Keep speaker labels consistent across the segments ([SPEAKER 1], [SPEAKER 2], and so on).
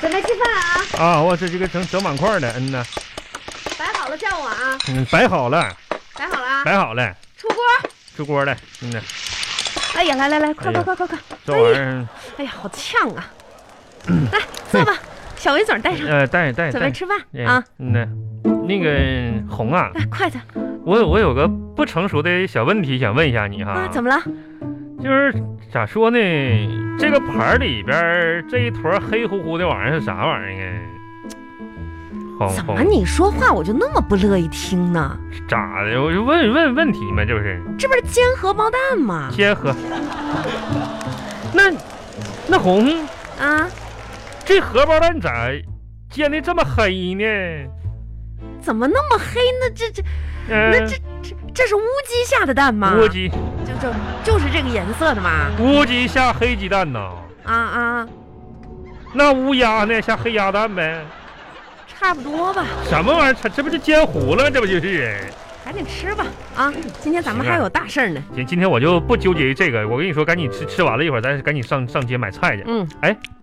[SPEAKER 1] 准备吃饭啊！
[SPEAKER 2] 啊，我这这个整整碗筷的，嗯呐，
[SPEAKER 1] 摆好了叫我啊！
[SPEAKER 2] 嗯，摆好了，
[SPEAKER 1] 摆好了啊！
[SPEAKER 2] 摆好了，
[SPEAKER 1] 出锅！
[SPEAKER 2] 出锅了，嗯呐，
[SPEAKER 1] 哎呀，来来来，快
[SPEAKER 2] 哎呀
[SPEAKER 1] 快快快快！
[SPEAKER 2] 这玩意儿，
[SPEAKER 1] 哎呀，好呛啊！来，坐吧，小围嘴戴上，
[SPEAKER 2] 呃，带带
[SPEAKER 1] 准备
[SPEAKER 2] 带，
[SPEAKER 1] 吃饭
[SPEAKER 2] 嗯哎
[SPEAKER 1] 哎啊！，
[SPEAKER 2] 嗯呐，那个红啊，
[SPEAKER 1] 来，筷子
[SPEAKER 2] 我我有个不成熟的小问题想问一下你哈
[SPEAKER 1] 啊！，怎么了？
[SPEAKER 2] 就是咋说呢，这个盘儿里边儿这一坨黑乎乎的玩意儿是啥玩意儿啊？红
[SPEAKER 1] 怎么
[SPEAKER 2] 红
[SPEAKER 1] 你说话我就那么不乐意听呢？
[SPEAKER 2] 咋的？我就问问问题嘛，就是
[SPEAKER 1] 这不是煎荷包蛋吗？
[SPEAKER 2] 先喝。 那那红
[SPEAKER 1] 啊，
[SPEAKER 2] 这荷包蛋咋煎的这么黑呢？
[SPEAKER 1] 怎么那么黑呢？这这那
[SPEAKER 2] 嗯、
[SPEAKER 1] 这这这是乌鸡下的蛋吗？
[SPEAKER 2] 乌鸡
[SPEAKER 1] 就就就是这个颜色的嘛！
[SPEAKER 2] 乌鸡下黑鸡蛋呐，
[SPEAKER 1] 啊啊，
[SPEAKER 2] 那乌鸦呢下黑鸭蛋呗？
[SPEAKER 1] 差不多吧，
[SPEAKER 2] 什么玩意儿？这这不就煎糊了吗？这不就是？
[SPEAKER 1] 赶紧吃吧啊！今天咱们
[SPEAKER 2] 行啊
[SPEAKER 1] 还有大事儿呢。
[SPEAKER 2] 行，今天我就不纠结于这个。我跟你说，赶紧吃，吃完了一会儿咱赶紧上上街买菜去。
[SPEAKER 1] 嗯，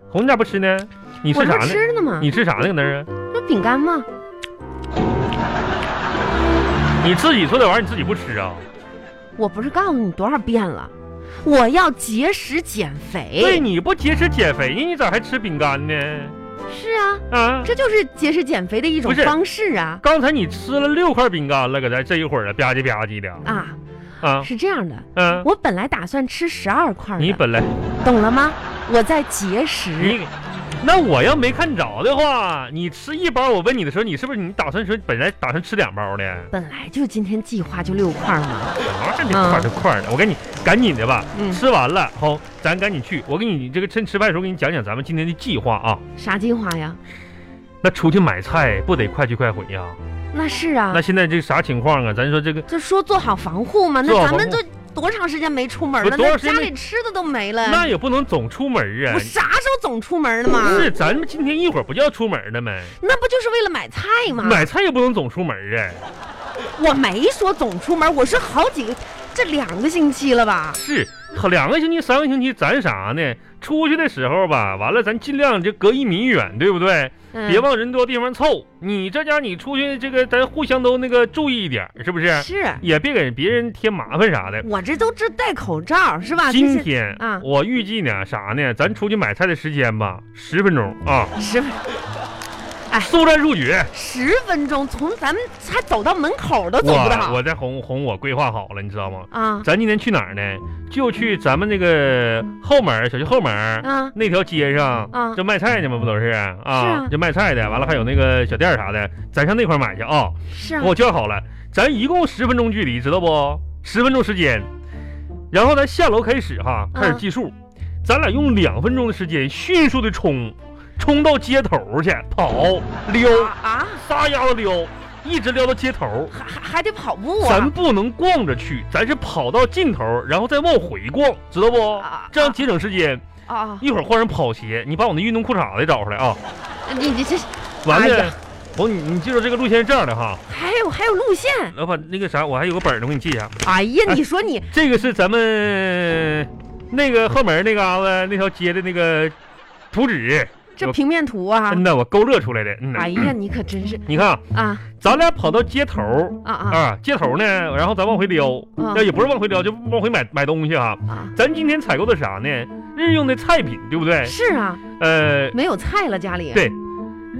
[SPEAKER 2] 红，你咋不吃呢？你
[SPEAKER 1] 我
[SPEAKER 2] 吃啥
[SPEAKER 1] 这
[SPEAKER 2] 呢？
[SPEAKER 1] 吃呢嘛，
[SPEAKER 2] 你吃啥呢？搁那儿啊？
[SPEAKER 1] 这饼干吗？
[SPEAKER 2] 你自己做的玩意儿你自己不吃啊？
[SPEAKER 1] 哎我不是告诉你多少遍了，我要节食减
[SPEAKER 2] 对，
[SPEAKER 1] 肥。
[SPEAKER 2] 你不节食减肥呢，你咋还吃饼干呢？
[SPEAKER 1] 是啊，
[SPEAKER 2] 啊？
[SPEAKER 1] 这就是节食减肥的一种
[SPEAKER 2] 不是
[SPEAKER 1] 方式啊
[SPEAKER 2] 刚才你吃了六块饼干了，搁这这一会儿啊，吧唧吧唧的
[SPEAKER 1] 啊！
[SPEAKER 2] 啊，
[SPEAKER 1] 是这样的，
[SPEAKER 2] 嗯、
[SPEAKER 1] 我本来打算吃十二块的，
[SPEAKER 2] 你本来
[SPEAKER 1] 懂了吗？我在节食，
[SPEAKER 2] 你，那我要没看着的话，你吃一包，我问你的时候，你是不是你打算说本来打算吃两包呢？
[SPEAKER 1] 本来就今天计划就六块嘛。
[SPEAKER 2] 什么玩意儿？这块儿这块儿的，我给你赶紧的吧，
[SPEAKER 1] 嗯
[SPEAKER 2] 吃完了，好，咱赶紧去。我给你这个趁吃饭的时候给你讲讲咱们今天的计划啊。
[SPEAKER 1] 啥计划呀？
[SPEAKER 2] 那出去买菜不得快去快回呀、
[SPEAKER 1] 那是啊
[SPEAKER 2] 那，现在这啥情况啊？咱说这个
[SPEAKER 1] 就说做好防护嘛。那
[SPEAKER 2] 做好
[SPEAKER 1] 咱们
[SPEAKER 2] 防
[SPEAKER 1] 都多长时间没出门
[SPEAKER 2] 不
[SPEAKER 1] 了？
[SPEAKER 2] 多
[SPEAKER 1] 那
[SPEAKER 2] 长时
[SPEAKER 1] 家
[SPEAKER 2] 间没
[SPEAKER 1] 里吃的都没了。
[SPEAKER 2] 那也不能总出门啊
[SPEAKER 1] 我。啥时候总出门了嗯嘛？
[SPEAKER 2] 是，咱们今天一会儿不就要出门了吗？
[SPEAKER 1] 那不就是为了买菜吗？
[SPEAKER 2] 买菜也不能总出门啊。
[SPEAKER 1] 我没说总出门，我是好几个，这两个星期了吧？
[SPEAKER 2] 是，好两个星期、三个星期，咱啥呢？出去的时候吧，完了咱尽量就隔一米远，对不对？
[SPEAKER 1] 嗯、
[SPEAKER 2] 别往人多地方凑。你这家你出去这个，咱互相都那个注意一点，是不是？
[SPEAKER 1] 是
[SPEAKER 2] 也别给别人添麻烦啥的。
[SPEAKER 1] 我这都这戴口罩是吧？
[SPEAKER 2] 今
[SPEAKER 1] 这些
[SPEAKER 2] 天
[SPEAKER 1] 啊
[SPEAKER 2] 我预计呢啥呢？咱出去买菜的时间吧，十分钟
[SPEAKER 1] 哎
[SPEAKER 2] 啊，
[SPEAKER 1] 十
[SPEAKER 2] 速战速决。
[SPEAKER 1] 十分钟，从咱们才走到门口都走不
[SPEAKER 2] 我
[SPEAKER 1] 到
[SPEAKER 2] 我在哄哄我规划好了，你知道吗？
[SPEAKER 1] 啊
[SPEAKER 2] 咱今天去哪儿呢？就去咱们那个后门儿小区后门儿
[SPEAKER 1] 啊！
[SPEAKER 2] 那条街上
[SPEAKER 1] 啊
[SPEAKER 2] 就卖菜呢嘛，不都是啊
[SPEAKER 1] 啊？
[SPEAKER 2] 就卖菜的，完了还有那个小店儿啥的，咱上那块儿买去啊。
[SPEAKER 1] 是啊，
[SPEAKER 2] 我叫好了，咱一共十分钟距离，知道不？十分钟时间，然后咱下楼开始哈，开
[SPEAKER 1] 啊
[SPEAKER 2] 始计数，咱俩用两分钟的时间迅速的冲，冲到街头去跑溜，
[SPEAKER 1] 啊，
[SPEAKER 2] 撒丫子溜，一直溜到街头。
[SPEAKER 1] 还还还得跑步
[SPEAKER 2] 咱
[SPEAKER 1] 啊！
[SPEAKER 2] 不能逛着去，咱是跑到尽头，然后再往回逛，知道不
[SPEAKER 1] 啊？
[SPEAKER 2] 这样节省时间。
[SPEAKER 1] 啊，
[SPEAKER 2] 一会儿换上跑鞋，你把我那运动裤衩子找出来啊！
[SPEAKER 1] 你你这
[SPEAKER 2] 完
[SPEAKER 1] 哎
[SPEAKER 2] 了
[SPEAKER 1] 呀，
[SPEAKER 2] 我你你记住这个路线是这样的哈，
[SPEAKER 1] 还有还有路线，
[SPEAKER 2] 老板那个啥，我还有个本儿呢，我给你记一下。
[SPEAKER 1] 哎呀，
[SPEAKER 2] 哎
[SPEAKER 1] 你说你
[SPEAKER 2] 这个是咱们那个后门那嘎子那条街的那个图纸，
[SPEAKER 1] 这
[SPEAKER 2] 我
[SPEAKER 1] 平面图啊，
[SPEAKER 2] 真的我勾勒出来的。嗯呐
[SPEAKER 1] 哎呀，你可真是
[SPEAKER 2] 你看啊，
[SPEAKER 1] 啊
[SPEAKER 2] 咱俩跑到街头儿
[SPEAKER 1] 啊啊
[SPEAKER 2] 啊，街头呢，然后咱往回撩，
[SPEAKER 1] 啊
[SPEAKER 2] 那也不是往回撩，就往回买买东西啊。
[SPEAKER 1] 啊！
[SPEAKER 2] 咱今天采购的啥呢？日用的菜品，对不对？
[SPEAKER 1] 是啊，
[SPEAKER 2] 呃，
[SPEAKER 1] 没有菜了家里。
[SPEAKER 2] 哎对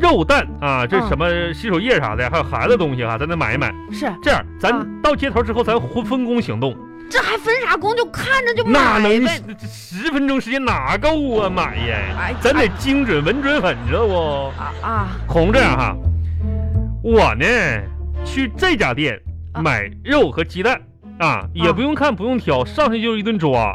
[SPEAKER 2] 肉蛋啊，这
[SPEAKER 1] 嗯
[SPEAKER 2] 什么洗手液啥的，还有孩子东西啊，咱得买一买。
[SPEAKER 1] 是
[SPEAKER 2] 这样，
[SPEAKER 1] 啊
[SPEAKER 2] 咱到街头之后，咱分分工行动，
[SPEAKER 1] 这还分啥工？就看着就
[SPEAKER 2] 哪
[SPEAKER 1] 买
[SPEAKER 2] 能
[SPEAKER 1] 呗。
[SPEAKER 2] 十分钟时间哪够啊买呀？
[SPEAKER 1] 哎，
[SPEAKER 2] 咱得精准稳准狠，知道不？
[SPEAKER 1] 啊啊
[SPEAKER 2] 红这样哈，我呢去这家店
[SPEAKER 1] 啊
[SPEAKER 2] 买肉和鸡蛋啊，也不用看不用挑，上去就是一顿抓，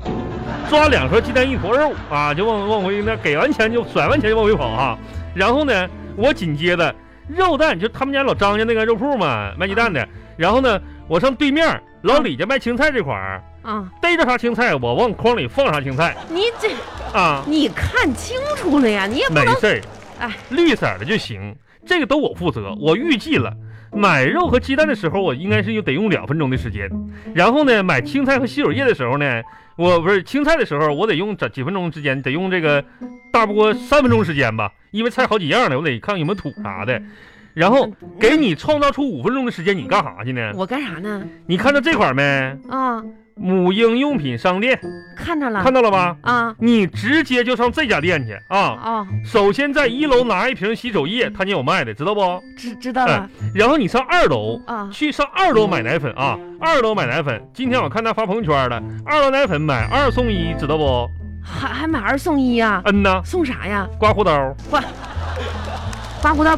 [SPEAKER 2] 抓两盒鸡蛋一坨肉啊，就往往回那给完钱就甩完钱就往回跑啊。然后呢，我紧接着肉蛋就他们家老张家那个肉铺嘛，卖鸡蛋的。然后呢，我上对面老李家卖青菜这块儿，
[SPEAKER 1] 啊！
[SPEAKER 2] 逮着啥青菜我往筐里放啥青菜
[SPEAKER 1] 你这
[SPEAKER 2] 啊。
[SPEAKER 1] 你看清楚了呀，你也不
[SPEAKER 2] 没
[SPEAKER 1] 能
[SPEAKER 2] 事儿，
[SPEAKER 1] 哎，
[SPEAKER 2] 绿色的就行，这个都我负责。我预计了，买肉和鸡蛋的时候，我应该是又得用两分钟的时间。然后呢，买青菜和洗手液的时候呢，我不是青菜的时候，我得用这几分钟之间，得用这个大波三分钟时间吧，因为菜好几样呢，我得看看有没有土啥的。然后给你创造出五分钟的时间，你干啥去呢？
[SPEAKER 1] 嗯我干啥呢？
[SPEAKER 2] 你看到这块没？
[SPEAKER 1] 啊，
[SPEAKER 2] 母婴用品商店，
[SPEAKER 1] 看着了，
[SPEAKER 2] 看到了吧？
[SPEAKER 1] 啊
[SPEAKER 2] 你直接就上这家店去啊！
[SPEAKER 1] 哦，
[SPEAKER 2] 首先在一楼拿一瓶洗手液，他家有卖的，知道不？
[SPEAKER 1] 知知道了
[SPEAKER 2] 然后你上二楼，
[SPEAKER 1] 啊
[SPEAKER 2] 去上二楼买奶粉啊！二楼买奶粉，今天我看他发朋友圈了，二楼奶粉买二送一，知道不？
[SPEAKER 1] 还还买二送一呀？
[SPEAKER 2] 嗯呐，
[SPEAKER 1] 送啥呀？
[SPEAKER 2] 刮胡刀
[SPEAKER 1] 刮胡刀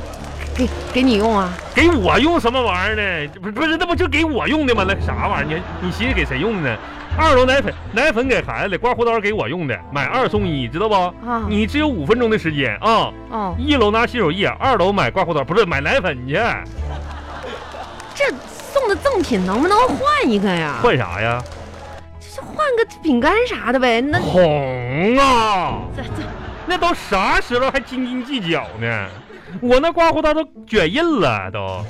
[SPEAKER 1] 给给你用啊？
[SPEAKER 2] 给我用什么玩意儿呢？不不是，那不就给我用的吗？那啥玩意儿？你你寻思给谁用的呢？二楼奶粉，奶粉给孩子的，刮胡刀给我用的，买二送一，知道不？
[SPEAKER 1] 啊
[SPEAKER 2] 你只有五分钟的时间啊！
[SPEAKER 1] 哦，
[SPEAKER 2] 一楼拿洗手液，二楼买刮胡刀，不是买奶粉去，
[SPEAKER 1] 这送的赠品能不能换一个呀？
[SPEAKER 2] 换啥呀？
[SPEAKER 1] 就是换个饼干啥的呗。
[SPEAKER 2] 哦
[SPEAKER 1] 那
[SPEAKER 2] 红啊！
[SPEAKER 1] 这这
[SPEAKER 2] 那都啥时候还斤斤计较呢？我那刮胡刀都卷印了，都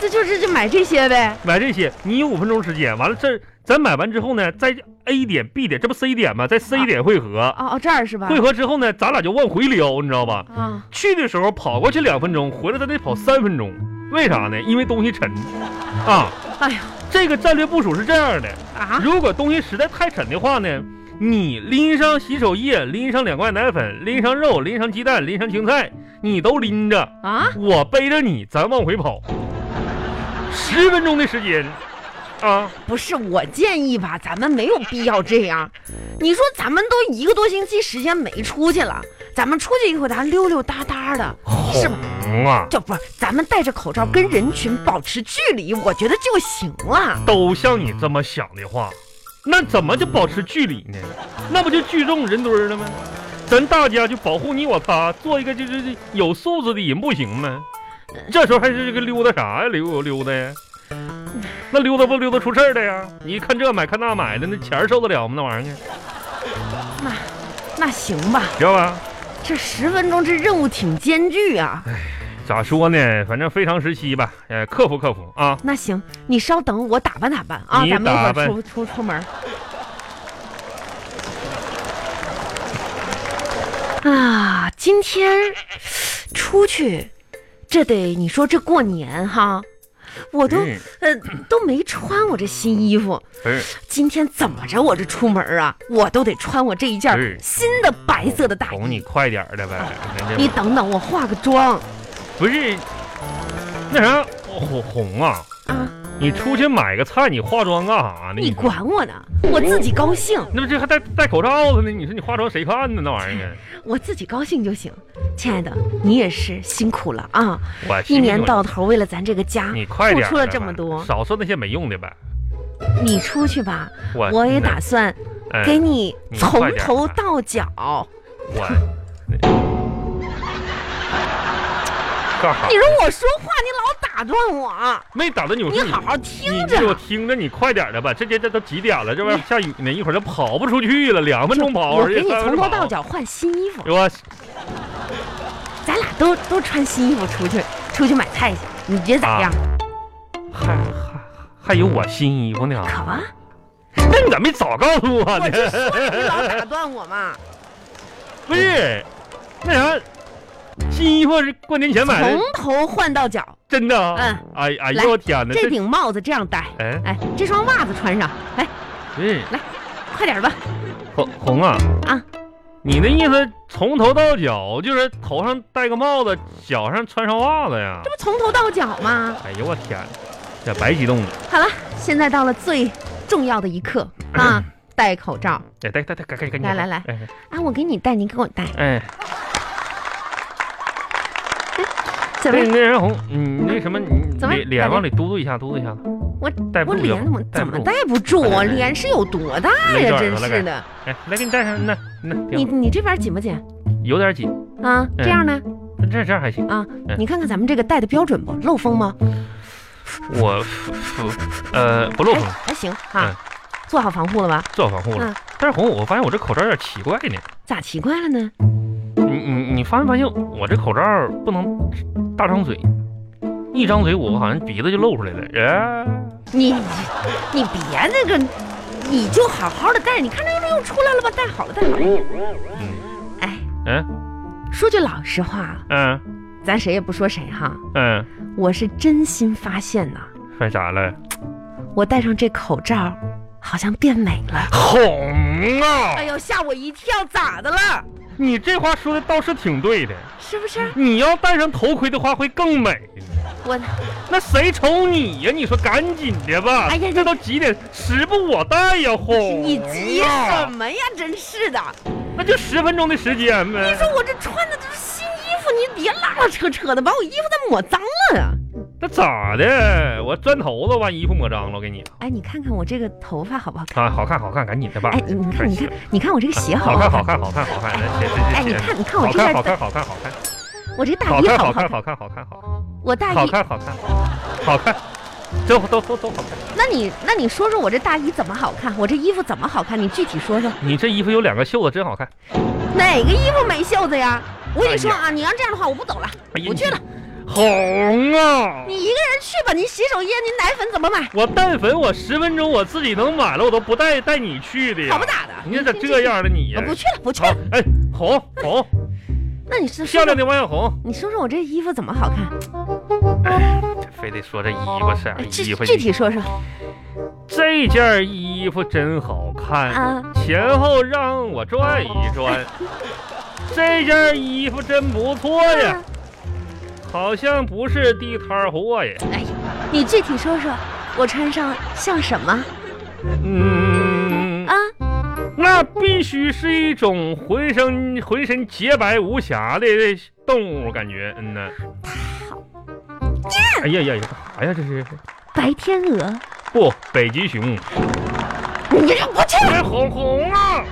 [SPEAKER 1] 这就是就买这些呗。
[SPEAKER 2] 买这些，你有五分钟时间，完了这咱买完之后呢，在 A 点 B 点，这不 C 点吗？在 C 点汇合，
[SPEAKER 1] 哦哦，这儿是吧？
[SPEAKER 2] 汇合之后呢，咱俩就往回撩，你知道吧？
[SPEAKER 1] 啊，
[SPEAKER 2] 去的时候跑过去两分钟，回来咱得跑三分钟，为啥呢？因为东西沉，啊，
[SPEAKER 1] 哎呀
[SPEAKER 2] 这个战略部署是这样的，
[SPEAKER 1] 啊，
[SPEAKER 2] 如果东西实在太沉的话呢，你拎上洗手液，拎上两罐奶粉，拎上肉，拎上鸡蛋，拎上青菜，你都拎着，
[SPEAKER 1] 啊，
[SPEAKER 2] 我背着你，咱往回跑，十分钟的时间，啊，
[SPEAKER 1] 不是，我建议吧，咱们没有必要这样。你说咱们都一个多星期时间没出去了，咱们出去一回，咱溜溜达达的，是吧？
[SPEAKER 2] 红啊，
[SPEAKER 1] 就不，咱们戴着口罩跟人群保持距离，我觉得就行了。
[SPEAKER 2] 都像你这么想的话，那怎么就保持距离呢？那不就聚众人堆儿了吗？咱大家就保护你我他，做一个就是有素质的人不行吗？这时候还是这个溜达啥呀？溜溜达呀？那溜达不溜达出事儿的呀？你看这买看那买的，那钱儿受得了吗？那玩意儿，
[SPEAKER 1] 那行吧，
[SPEAKER 2] 知道吧？
[SPEAKER 1] 这十分钟这任务挺艰巨啊。
[SPEAKER 2] 咋说呢？反正非常时期吧，呃，克服克服啊。
[SPEAKER 1] 那行，你稍等，我打扮打扮啊，
[SPEAKER 2] 你
[SPEAKER 1] 咱们一会
[SPEAKER 2] 打扮
[SPEAKER 1] 儿出出出门儿。啊，今天出去，这得你说这过年哈，我都、
[SPEAKER 2] 嗯
[SPEAKER 1] 呃都没穿我这新衣服，
[SPEAKER 2] 哎
[SPEAKER 1] 今天怎么着我这出门儿啊，我都得穿我这一件
[SPEAKER 2] 对
[SPEAKER 1] 新的白色的大
[SPEAKER 2] 哄你
[SPEAKER 1] 衣。
[SPEAKER 2] 快点儿的呗。那这
[SPEAKER 1] 你等等，我化个妆
[SPEAKER 2] 不是那啥红红啊？
[SPEAKER 1] 啊，
[SPEAKER 2] 你出去买个菜，你化妆干啥呢？
[SPEAKER 1] 你
[SPEAKER 2] 说，
[SPEAKER 1] 管我呢，我自己高兴。
[SPEAKER 2] 那不这还戴戴口罩子呢？你说你化妆谁看呢？那玩 意儿啊，
[SPEAKER 1] 我自己高兴就行。亲爱的，你也是辛苦了啊！
[SPEAKER 2] 我
[SPEAKER 1] 一
[SPEAKER 2] 信
[SPEAKER 1] 年
[SPEAKER 2] 你
[SPEAKER 1] 到头为了咱这个家，
[SPEAKER 2] 你快点儿
[SPEAKER 1] 付出了
[SPEAKER 2] 的
[SPEAKER 1] 这么
[SPEAKER 2] 吧
[SPEAKER 1] 多
[SPEAKER 2] 少说那些没用的呗。
[SPEAKER 1] 你出去吧，
[SPEAKER 2] 我
[SPEAKER 1] 我也打算给
[SPEAKER 2] 你，
[SPEAKER 1] 你
[SPEAKER 2] 你
[SPEAKER 1] 从
[SPEAKER 2] 快点啊
[SPEAKER 1] 头
[SPEAKER 2] 吧
[SPEAKER 1] 到脚。
[SPEAKER 2] 我干啥
[SPEAKER 1] 你？说我说话，你老打断我，
[SPEAKER 2] 没打断你，我
[SPEAKER 1] 你
[SPEAKER 2] 说
[SPEAKER 1] 好好听
[SPEAKER 2] 你这我
[SPEAKER 1] 着。
[SPEAKER 2] 听着，你快点儿的吧。这这这都几点了？这外面下雨呢，一会儿就跑不出去了，两分钟跑，
[SPEAKER 1] 我给你
[SPEAKER 2] 三分
[SPEAKER 1] 从
[SPEAKER 2] 钟
[SPEAKER 1] 头到
[SPEAKER 2] 跑。
[SPEAKER 1] 脚换新衣服，
[SPEAKER 2] 我
[SPEAKER 1] 咱俩都都穿新衣服出去，出去买菜去。你觉得咋样？
[SPEAKER 2] 还还还有我新衣服呢，
[SPEAKER 1] 可 吧？
[SPEAKER 2] 那你咋没早告诉我
[SPEAKER 1] 我
[SPEAKER 2] 呢？
[SPEAKER 1] 就说你老打断我嘛。
[SPEAKER 2] 不是，哎那啥，新衣服是过年前买
[SPEAKER 1] 从
[SPEAKER 2] 的，
[SPEAKER 1] 头换到脚，
[SPEAKER 2] 真的啊？
[SPEAKER 1] 嗯，
[SPEAKER 2] 哎哎
[SPEAKER 1] 来
[SPEAKER 2] 呦我天哪，
[SPEAKER 1] 这顶帽子这样戴，
[SPEAKER 2] 哎
[SPEAKER 1] 哎，这双袜子穿上，哎，
[SPEAKER 2] 不是
[SPEAKER 1] 快点吧。
[SPEAKER 2] 红红啊
[SPEAKER 1] 啊！
[SPEAKER 2] 你那意思从头到脚就是头上戴个帽子，脚上穿上袜子呀
[SPEAKER 1] 这？不从头到脚吗？
[SPEAKER 2] 哎呦我天，这白激动了。
[SPEAKER 1] 好了，现在到了最重要的一 刻啊！戴口罩，
[SPEAKER 2] 哎，戴戴戴，赶紧赶紧
[SPEAKER 1] 来来来，
[SPEAKER 2] 哎
[SPEAKER 1] 啊，我给你戴，你给我戴，
[SPEAKER 2] 哎，
[SPEAKER 1] 怎么
[SPEAKER 2] 哎那？那人红，你那什么，你
[SPEAKER 1] 怎么
[SPEAKER 2] 脸脸往里嘟嘟一下，嘟嘟一下。
[SPEAKER 1] 我
[SPEAKER 2] 戴不
[SPEAKER 1] 我
[SPEAKER 2] 住
[SPEAKER 1] 脸怎么
[SPEAKER 2] 戴
[SPEAKER 1] 怎
[SPEAKER 2] 不
[SPEAKER 1] 么
[SPEAKER 2] 住
[SPEAKER 1] 戴不住
[SPEAKER 2] 来来
[SPEAKER 1] 啊？
[SPEAKER 2] 来
[SPEAKER 1] 脸是有多大
[SPEAKER 2] 没
[SPEAKER 1] 呀？
[SPEAKER 2] 准儿
[SPEAKER 1] 真
[SPEAKER 2] 了
[SPEAKER 1] 是的，
[SPEAKER 2] 哎，来给你嗯戴上，那那
[SPEAKER 1] 你
[SPEAKER 2] 挺好
[SPEAKER 1] 你这边紧不紧
[SPEAKER 2] 有点紧，
[SPEAKER 1] 啊？这样呢
[SPEAKER 2] 这这样还行。
[SPEAKER 1] 啊
[SPEAKER 2] 嗯？
[SPEAKER 1] 你看看咱们这个戴的标准不？漏风吗？
[SPEAKER 2] 我不呃不漏
[SPEAKER 1] 哎
[SPEAKER 2] 风，
[SPEAKER 1] 还行
[SPEAKER 2] 嗯
[SPEAKER 1] 啊，做好防护了吧？
[SPEAKER 2] 做好防护了
[SPEAKER 1] 嗯。
[SPEAKER 2] 但是红，我发现我这口罩有点奇怪呢。
[SPEAKER 1] 咋奇怪了呢？
[SPEAKER 2] 你你你发没发现我这口罩不能大张嘴，一张嘴我好像鼻子就露出来了。哎，
[SPEAKER 1] 你你别那个，你就好好的戴，你看这又出来了吧？带好了，带好了。哎，
[SPEAKER 2] 嗯
[SPEAKER 1] 说句老实话，啊
[SPEAKER 2] 嗯
[SPEAKER 1] 咱谁也不说谁哈，
[SPEAKER 2] 嗯，
[SPEAKER 1] 我是真心发现呐，
[SPEAKER 2] 犯啥了？
[SPEAKER 1] 我戴上这口罩，好像变美了。
[SPEAKER 2] 红啊！
[SPEAKER 1] 哎呦，吓我一跳，咋的了？
[SPEAKER 2] 你这话说的倒是挺对的。
[SPEAKER 1] 是不是？
[SPEAKER 2] 你要戴上头盔的话，会更美。哦
[SPEAKER 1] 我
[SPEAKER 2] 那谁瞅你呀？你说赶紧的吧！
[SPEAKER 1] 哎呀
[SPEAKER 2] 这都几点？时不我待呀！红，啊
[SPEAKER 1] 你急什？么呀？真是的！
[SPEAKER 2] 那就十分钟的时间呗
[SPEAKER 1] 你。说我这穿的都是新衣服，你别拉拉扯扯的，把我衣服再抹脏了啊！
[SPEAKER 2] 那咋的？我砖头子把衣服抹脏了，我给你。
[SPEAKER 1] 哎，你看看我这个头发好不好看？
[SPEAKER 2] 啊，好看，好看，赶紧的吧。啊
[SPEAKER 1] 哎，你你看，你看，你看我这个鞋好
[SPEAKER 2] 好
[SPEAKER 1] 不
[SPEAKER 2] 看，好
[SPEAKER 1] 看？
[SPEAKER 2] 看，好看，好看，来，写写写
[SPEAKER 1] 哎，
[SPEAKER 2] 写
[SPEAKER 1] 你看，你看我
[SPEAKER 2] 好
[SPEAKER 1] 这件
[SPEAKER 2] 看，好
[SPEAKER 1] 儿，
[SPEAKER 2] 看，好看，好看，
[SPEAKER 1] 我这大
[SPEAKER 2] 好
[SPEAKER 1] 衣
[SPEAKER 2] 看，
[SPEAKER 1] 好
[SPEAKER 2] 好
[SPEAKER 1] 不好
[SPEAKER 2] 看，
[SPEAKER 1] 看？
[SPEAKER 2] 好看，好看，好
[SPEAKER 1] 我大
[SPEAKER 2] 看，好
[SPEAKER 1] 衣，
[SPEAKER 2] 看，好看，好看，都都都都好看。
[SPEAKER 1] 那你那你说说我这大衣怎么好看？我这衣服怎么好看？你具体说说，
[SPEAKER 2] 你这衣服有两个袖子，真好看。
[SPEAKER 1] 哪个衣服没袖子呀？我跟你说
[SPEAKER 2] 哎呀
[SPEAKER 1] 啊，你要这样的话，我不走了，
[SPEAKER 2] 哎呀
[SPEAKER 1] 不去了。
[SPEAKER 2] 红啊！
[SPEAKER 1] 你一个人去吧，你洗手液、你奶粉怎么买？
[SPEAKER 2] 我但凡我十分钟我自己能买了，我都不带带你去的呀。
[SPEAKER 1] 好不咋的，
[SPEAKER 2] 你咋这样的你
[SPEAKER 1] 我
[SPEAKER 2] 呀？
[SPEAKER 1] 不去了，不去
[SPEAKER 2] 好
[SPEAKER 1] 了。，
[SPEAKER 2] 哎，红红，
[SPEAKER 1] 那你是说
[SPEAKER 2] 漂
[SPEAKER 1] 说，
[SPEAKER 2] 亮的王小红，
[SPEAKER 1] 你说说我这衣服怎么好看？
[SPEAKER 2] 这非得说这衣服是啥
[SPEAKER 1] 哎具
[SPEAKER 2] 衣服？
[SPEAKER 1] 具体说说
[SPEAKER 2] 这件衣服真好看，
[SPEAKER 1] 啊！
[SPEAKER 2] 前后让我转一 转。这件衣服真不错哎呀，
[SPEAKER 1] 啊
[SPEAKER 2] 好像不是地摊货呀。
[SPEAKER 1] 哎呀，你具体说说，我穿上像什么
[SPEAKER 2] 嗯
[SPEAKER 1] 啊，？
[SPEAKER 2] 那必须是一种浑身浑身洁白无瑕的动物感觉，嗯呐。哎呀呀呀，干啥呀？这是
[SPEAKER 1] 白
[SPEAKER 2] 哎
[SPEAKER 1] 天鹅。
[SPEAKER 2] 不北极熊？
[SPEAKER 1] 你这不去，
[SPEAKER 2] 哎，红红啊！